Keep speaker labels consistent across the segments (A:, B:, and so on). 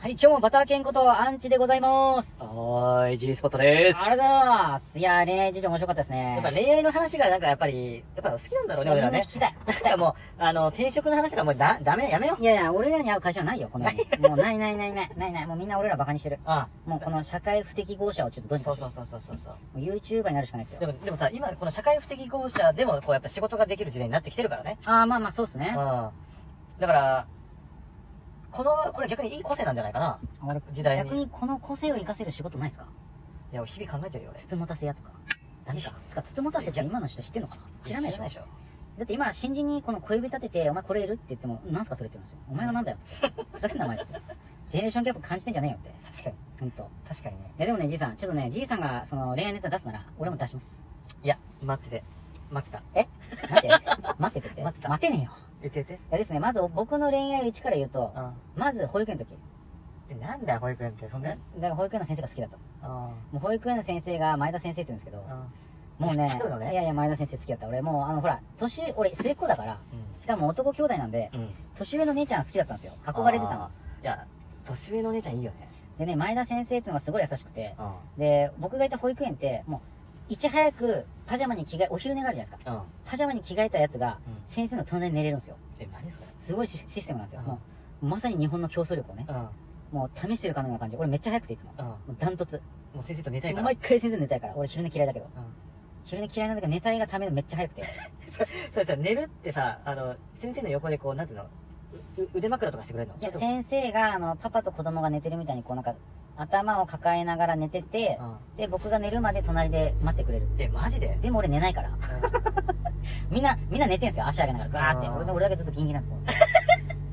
A: はい、今日もバターケンことアンチでございます。
B: はーい、G スポットで
A: ありがとう
B: す。
A: ございます。いやー、恋愛事情面白かったですね。
B: やっぱ恋愛の話がなんかやっぱり、やっぱ好きなんだろうね、俺らね。
A: 聞きたい。
B: だからもう、あの、転職の話とかもうだ、ダメ、やめよう
A: い。やいや、俺らに会う会社はないよ、この世に。もうないないないない、ないない。もうみんな俺らバカにしてる。
B: あ
A: もうこの社会不適合者をちょっとどうに
B: そ
A: か
B: う
A: して
B: そうそうそうそうそう。
A: もう YouTuber になるしかないですよ
B: で。も、でもさ、今、この社会不適合者でも、こう、やっぱ仕事ができる時代になってきてるからね。
A: あー、まあまあ、そうっす
B: うん
A: ね。。
B: だから、この、これ逆にいい個性なんじゃないかな。
A: 俺
B: 時代に
A: 逆にこの個性を活かせる仕事ないですか
B: いや、日々考えてるよ、俺。
A: つつもたせ屋とか。ダメか。つか、つつもたせって今の人知ってるのかな知らないでしょ
B: 知らないでし
A: だって今、新人にこの小指立てて、お前これいるって言っても、なんすかそれって言うんですよ。お前がなんだよって。ふざけんなお前っつって。ジェネレーションギャップ感じてんじゃねえよって。
B: ょ確かに。
A: ほんと。い
B: 確かにね。
A: やでもね、じいさん、ちょっとね、じいさんがその恋愛ネタ出すなら、俺も出します。
B: いや、待ってて。待ってた。
A: え待って。 待っててって。
B: 待ってた
A: 待てねえよ。
B: 言って言って
A: い。やですね、まず僕の恋愛うちから言うと、
B: うん。
A: まず保育園の時。
B: え、なんだよ、保育園って、そんな。
A: だから保育園の先生が好きだと。
B: あ
A: もう保育園の先生が前田先生って言うんですけど、
B: あ。
A: もうね
B: 知ってるのね
A: いやいや、前田先生好きだった。俺もう、あの、ほら、年、俺末っ子だから、しかも男兄弟なんで、
B: うん。うん。
A: 年上の姉ちゃん好きだったんですよ。憧れてたの
B: あ。ーいや年上のお姉ちゃんいいよね
A: でね、前田先生っていうのがすごい優しくて、
B: うん
A: で、僕がいた保育園って、もう、いち早くパジャマに着替え、お昼寝があるじゃないですか。
B: うん
A: パジャマに着替えたやつが
B: う、ん
A: 先生の隣に寝れるんですよ。
B: え何それ
A: すごいシシステムなんですよ。
B: うん
A: もう、まさに日本の競争力をね、
B: うんうん
A: もう試してるかのような感じ。俺めっちゃ早くていつも。
B: も
A: もうダントツ。
B: う先生と寝たいから
A: 毎回先生寝たいから。俺昼寝嫌いだけど。
B: うん
A: 昼寝嫌いなんだけど、寝たいがためのめっちゃ早くて。
B: そそれさ寝るってさあの先生の横でこうなんつうのうう腕枕とかしてくれるの
A: いや、
B: それと
A: 先
B: も
A: 生が、あの、パパと子供が寝てるみたいに、こうなんか、頭を抱えながら寝てて、で、僕が寝るまで隣で待ってくれる。
B: うんえマジで
A: でも俺寝ないから。 みんな、みんな寝てんすよ。足上げながら、ガーって。
B: あー
A: 俺の俺だけずっとギンギンなんでこ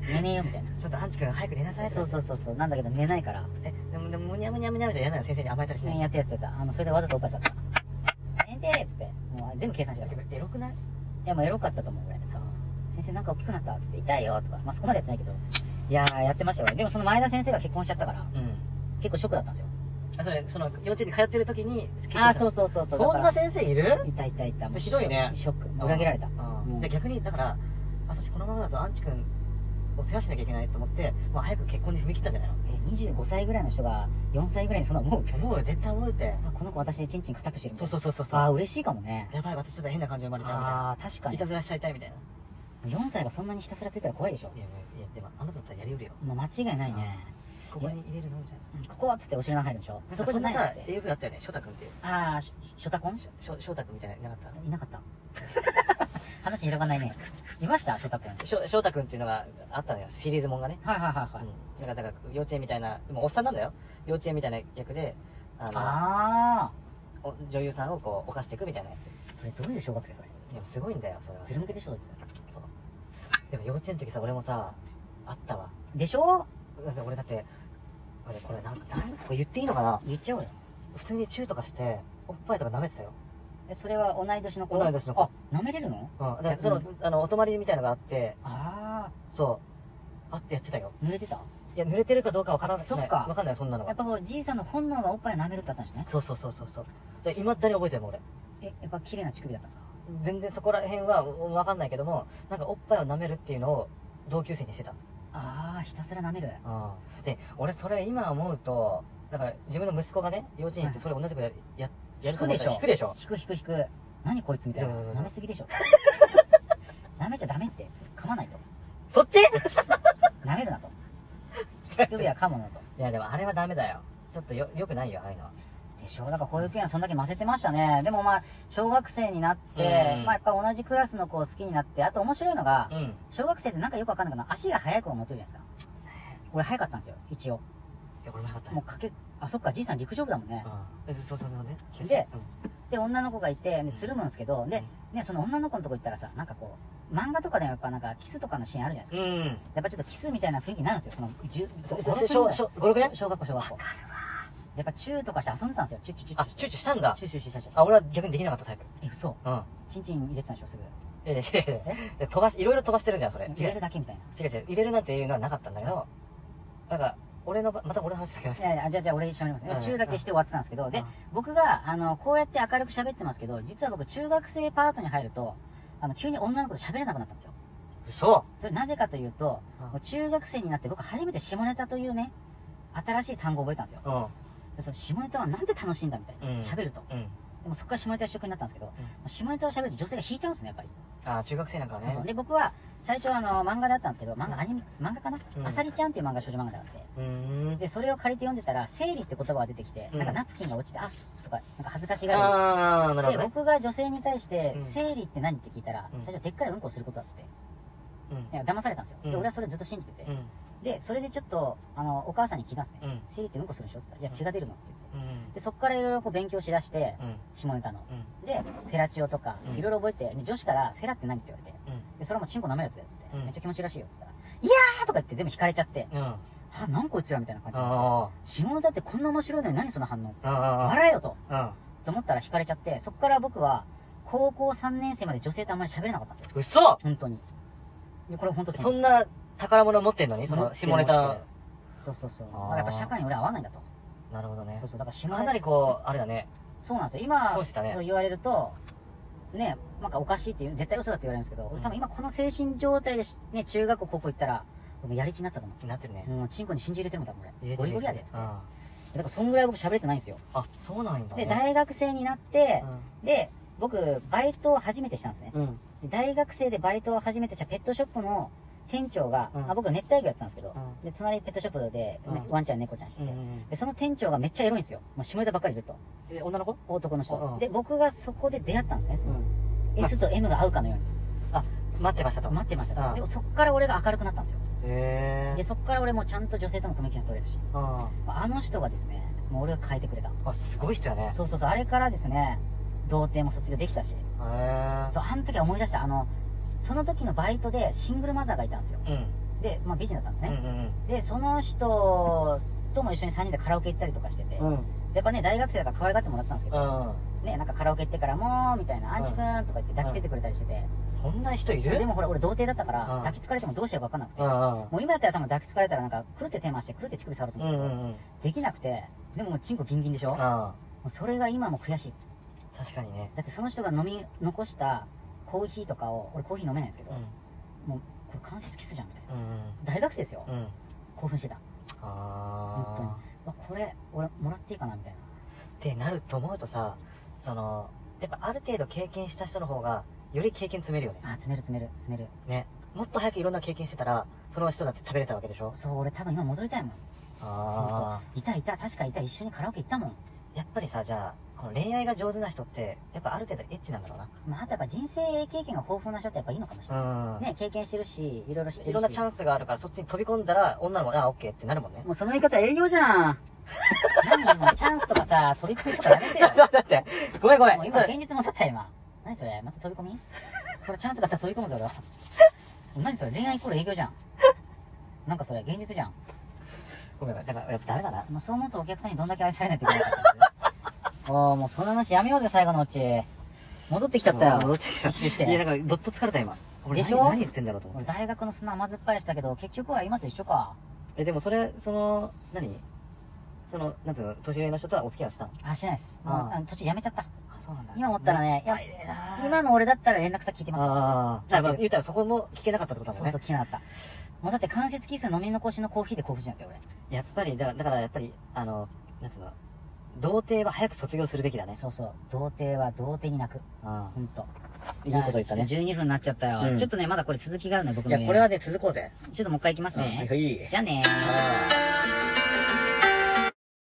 A: う。寝ねえよ、みたいな。
B: ちょっとアンチ君早く寝なさい
A: そうそううそうそう。なんだけど寝ないから。
B: えでもでもむにゃむにゃむにゃみたいな嫌なの先生に甘えたりしない
A: やってやつやつや。あの、それでわざとおっぱいさった。先生っつって。もう全部計算してたから。い
B: エロくない
A: や、もうエロかったと思う、俺。多分。先生なんか大きくなったっつって、痛いよとか。まあ、そこまでやってないけど。いやー、やってましたよ。俺でもその前田先生が結婚しちゃったから、
B: うん
A: 結構ショックだったんですよ。
B: あそれその幼稚園に通ってる時に
A: あー、そううそうそうそう。だ
B: そ
A: か
B: ん
A: ら
B: な先生いる
A: いたいたいた。
B: それひどいね
A: ショック。裏切られた。
B: う
A: うん
B: んで逆にだから私このままだとアンチ君を世話しなきゃいけないと思ってもう早く結婚に踏み切ったんじゃないの
A: え、25歳ぐらいの人が、4歳ぐらいにそんな思う
B: 思うよ絶対思うって
A: あこの子私でチンチン硬くしてるみた
B: そ
A: いうな
B: そうそうそう
A: あ
B: そ
A: あ
B: う
A: 嬉しいかもね
B: やばい私ちょっと変な感情生まれちゃうみたいな
A: ああ確か
B: い
A: に
B: たずらしちゃいたいみたいない
A: 4歳がそんなにひたすらついたら怖いでしょ
B: やいやいやでもあなただったらやりうるよ
A: もう間違いないね
B: ここに入れるのみたい
A: うんここはっつってお尻が入るでしょ
B: な
A: そこじゃないっ
B: なんか
A: つ
B: そ
A: っ
B: んなさ
A: て
B: AV あったよね翔太君っていう
A: ああしショタコン
B: しょ翔太君みたいないなかった
A: いなかった話広がんないねいましたショタコンはい
B: しょ翔太君っていうのがあったのよシリーズもんがね
A: はいはいはい、
B: うんだからだから幼稚園みたいなでもおっさんなんだよ幼稚園みたいな役であの
A: ああ
B: お女優さんをこう犯していくみたいなやつ
A: それどういう小学生それ
B: いやすごいんだよそれは
A: ずる向けでしょそいつ
B: そうでも幼稚園の時さ俺もさあったわ
A: でしょ
B: だって俺だってあれこれなんなんこれ言っていいのかな
A: 言っちゃおうよ
B: 普通にチューとかしておっぱいとか舐めてたよ、
A: えそれは同い年の子
B: 同い年の子
A: あ舐めれるの
B: うん、だからその,、あのお泊まりみたいのがあって
A: あ
B: そうあってやってたよ
A: あ濡れてた
B: いや濡れてるかどうかわからない
A: そっか
B: わかんないそんなの
A: や
B: は
A: っぱこうじいさんの本能がおっぱいを舐めるってあったんじゃない
B: そうそうそうそうそういまだに覚えてるもん俺
A: えやっぱ綺麗な乳首だったんですか
B: 全然そこら辺はうんわかんないけどもなんかおっぱいを舐めるっていうのを同級生にしてた
A: ああひたすら舐める
B: うんで俺それ今思うとだから自分の息子がね幼稚園行ってそれ同じくやややると思ったら
A: 引
B: 引
A: く
B: くでしょ
A: 引く引く引く何こいつみたいな
B: そうそうそう
A: 舐めすぎでしょ 舐めちゃダメって噛まないと
B: そっち い
A: 舐めるなと乳首は噛むなと
B: やでもあれはダメだよちょっとよよくないよああいうのは
A: でしょだから保育園はそんだけ混ぜてましたねでもまあ小学生になって、
B: うん
A: まあやっぱ同じクラスの子を好きになってあと面白いのが、
B: うん
A: 小学生ってなんかよくわかんないけど足が速い子が持ってるじゃないですか俺速かったんですよ一応
B: いや俺もなかった
A: も
B: よ
A: うかけあそっかじいさん陸上部だもんね、
B: うん、そうそうそうね
A: で、
B: うん
A: で女の子がいてでつるむんですけどで、ね、その女の子のとこ行ったらさなんかこう漫画とかでもやっぱなんかキスとかのシーンあるじゃないですか、
B: うん。
A: やっぱちょっとキスみたいな雰囲気になるんですよその10
B: そ
A: 5
B: そ
A: 6
B: そ小小五六年
A: 小学校小学校やっぱチューとかして遊んでたんですよチューチューチュー
B: あ、チューチューしたんだ
A: チ。ューチューチューチューチューチューチュー
B: あ、俺は逆にできなかったタイプ。
A: え嘘
B: うん。
A: チンチン入れてたんでしょすぐ
B: いやいやいやいや飛ばす、いろいろ飛ばしてるじゃん、それ。違
A: 入れる
B: う
A: だけみたいな
B: 違う違う。入れるなんていうのはなかったんだけど、なんか、俺のば、また俺の話だけど
A: い、やいや、じゃあ、じゃあ、俺喋りますね
B: う。ん
A: 中だけして終わってたんですけど、
B: う
A: で
B: ん、
A: 僕が、あの、こうやって明るく喋ってますけど、実は僕、中学生パートに入ると、あの、急に女の子と喋れなくなったんですよ。
B: 嘘
A: それなぜかというと、
B: うん
A: もう中学生になって僕初めて下ネタというね、新しい単語を覚えたんですよ。
B: うん
A: でその下ネタはなんで楽しいんだみたいな
B: うん。
A: 喋、ると。
B: うん。
A: でもそこから下ネタ一色になったんですけど、
B: う
A: 下ネタを喋ると女性が引いちゃうんですね、やっぱり。
B: ああ、中学生なんかはね。
A: そうそう。で、僕は、最初はあの、漫画だったんですけど、漫画、アニメ、漫画かな、
B: うん
A: あさりちゃんっていう漫画、少女漫画があって。
B: うーん。
A: で、それを借りて読んでたら、生理って言葉が出てきて、
B: うん
A: なんかナプキンが落ちて、あとか、なんか恥ずかしが
B: ああ、な
A: る。
B: るほ
A: で、
B: どね。
A: 僕が女性に対して、
B: うん
A: 生理って何って聞いたら、
B: うん
A: 最初でっかいうんこをすることだっつって。
B: うん
A: いや、騙されたんですよ。
B: うん
A: で、俺はそれずっと信じてて。
B: うん。
A: で、それでちょっと、あの、お母さんに聞いたんですね。
B: うん。
A: 生理ってうんこするんでしょって言ったら、いや、血が出るのって言って。
B: うん。
A: で、そっからいろいろこう勉強しだして、
B: うん。
A: 下ネタの。
B: うん。
A: で、フェラチオとか
B: う、ん
A: いろいろ覚えて、で女子から、フェラって何って言われて。
B: うん。
A: でそれはもうチンコ舐めるやつだよっつって、
B: うん
A: めっちゃ気持ちいいらしいよっつったら「いやー!」とか言って全部引かれちゃって
B: うん。あ
A: 「はなんこいつら」みたいな感じで
B: あ。
A: 下ネタってこんな面白いのに何その反応
B: ああ。
A: 笑えよと
B: うん。
A: と思ったら引かれちゃってそっから僕は高校3年生まで女性とあんまり喋れなかったんですよ
B: 嘘
A: 本当にでこれ本当
B: そん
A: な
B: な宝物持ってんのにその下ネタ。
A: そうそうそうだ
B: あー
A: からやっぱ社会に俺は合わないんだと
B: なるほどね
A: そう。そうだから下ネタ
B: かなりこう、あれだね。
A: そうなんですよ今
B: そうでしたね
A: 言われるとねなんかおかしいっていう絶対嘘だって言われるんですけど、俺多分今この精神状態でし、ね、中学校高校行ったら俺もうやりちになってたと思う
B: なってるね。
A: もうチンコに真珠入れてるもん多分
B: 入
A: 俺
B: れて
A: ゴ
B: る
A: リゴリやでっつって
B: うん
A: だからそんぐらい僕喋れてないんですよ
B: あ、そうなんだね。
A: で大学生になって、で僕バイトを初めてしたんですね
B: うん。うん。
A: で大学生でバイトを初めてしたペットショップの店長が、
B: うん
A: あ僕熱帯魚やってたんですけど、
B: うん
A: で隣ペットショップで、ね
B: うん
A: ワンちゃん猫ちゃんしてて、
B: うん
A: でその店長がめっちゃエロいんですよもう下ネタばっかりずっと
B: で、女の子
A: 男の人、
B: うん
A: で僕がそこで出会ったんですねその、
B: ん。
A: S と M が合うかのように
B: あ、待ってましたと。
A: 待ってました、
B: うん
A: でもそっから俺が明るくなったんですよ
B: へ
A: で
B: え。
A: そっから俺もちゃんと女性ともコミュニケーション取れるし
B: あ
A: あの人がですねもう俺を変えてくれた
B: あ、すごい人やね。
A: そうそうそう、あれからですね、童貞も卒業できたし、
B: へえ。
A: そう、あの時は思い出した、あの、その時のバイトでシングルマザーがいたんですよ。
B: うん。
A: で、まあ美人だったんです
B: うん
A: ね。で、その人とも一緒に3人でカラオケ行ったりとかしてて、
B: うんうん。うん。
A: やっぱね、大学生だから可愛がってもらってたんですけど、
B: うん。
A: ね、なんかカラオケ行ってからもう、みたいな、アンチくんとか言って抱きついてくれたりしてて、
B: そんな人いる
A: でもほら、俺童貞だったから、
B: うん
A: 抱きつかれてもどうしようか分かんなくて、
B: うんうん。
A: もう今やったら多分抱きつかれたらなんか、くるって手回して、くるって乳首触ると
B: う
A: 思うんです
B: ん
A: け
B: う
A: ど、
B: んうん。
A: できなくて、でももうチンコギンギンでしょ、も
B: あ
A: うそれが今も悔しい。
B: あ、確かにね。
A: だってその人が飲み残したコーヒーとかを俺コーヒー飲めないんですけど、
B: う。
A: もうこれ関節キスじゃんみたいなん
B: うん
A: 大学生ですよ、
B: うん。うん。
A: 興奮してた
B: あ
A: 本当に
B: あ。
A: わこれ俺もらっていいかなみたいな
B: ってなると思うとさ、その、やっぱある程度経験した人の方が、より経験積めるよね。
A: あ詰める詰める詰める
B: ね。もっと早くいろんな経験してたら、その人だって食べれたわけでしょ
A: そう俺多分今戻りたいもん
B: あ
A: いたいた確かいた一緒にカラオケ行ったもん、
B: あ。やっぱりさ、じゃあ、この恋愛が上手な人って、やっぱある程度エッチなんだろう
A: まあ、あとやっぱ人生経験が豊富な人ってやっぱいいのかもしれない、
B: な。うん。
A: ね経験してるしいろいろ知ってるし
B: いろんなチャンスがあるから、そっちに飛び込んだら、女の子、あ、オッケーってなるもんね。
A: もうその言い方営業じゃん何もうチャンスとかさ飛び込みとかやめて
B: ちょ
A: よ
B: っと待って。ごめんごめ。
A: もうん今
B: それ
A: 現実も立ったよ今何それまた飛び込みそれチャンスがあったら飛び込むぞ俺は何それ恋愛イコール営業じゃんなんかそれ現実じゃん
B: ごめんごめん。だから、やっぱダメだな。
A: もうそう思うとお客さんにどんだけ愛されないといけないかっていうおーもうその話やめようぜ最後のうち戻ってきちゃったよ
B: 戻ってきた
A: 一周して
B: いや、なんか、どっと疲れた今。俺
A: でしょ
B: 何何言ってんだろうと思っ
A: 俺
B: て。
A: 大学の砂甘酸っぱいしたけど結局は今と一緒か
B: え、でもそれ、その、何その、なんていうの、年上の人とはお付き合いをしたの
A: あしてないですもう
B: あー
A: あの途中やめちゃった
B: あ、そうなんだ
A: 今思ったらねいや
B: いな
A: 今の俺だったら連絡先聞いてますよ
B: ああ。だから言ったらそこも聞けなかったってことだ
A: そ
B: も
A: う
B: んね
A: そう。聞けなかったもうだって関節キス飲み残しのコーヒーで興奮してたんですよ俺
B: やっぱり、だだからやっぱり、あの、なんつうの、童貞は早く卒業するべきだね。
A: そうそう童貞は童貞に泣く
B: あ
A: ほんと
B: いいこと言ったね
A: じゃあ12分になっちゃったよ、
B: うん
A: ちょっとねまだこれ続きがあるの
B: あ。
A: 僕
B: い
A: の
B: や、
A: 家
B: これはね、続こうぜ。
A: ちょっともう一回いきますね、
B: うんはい。
A: じゃあねー
B: あー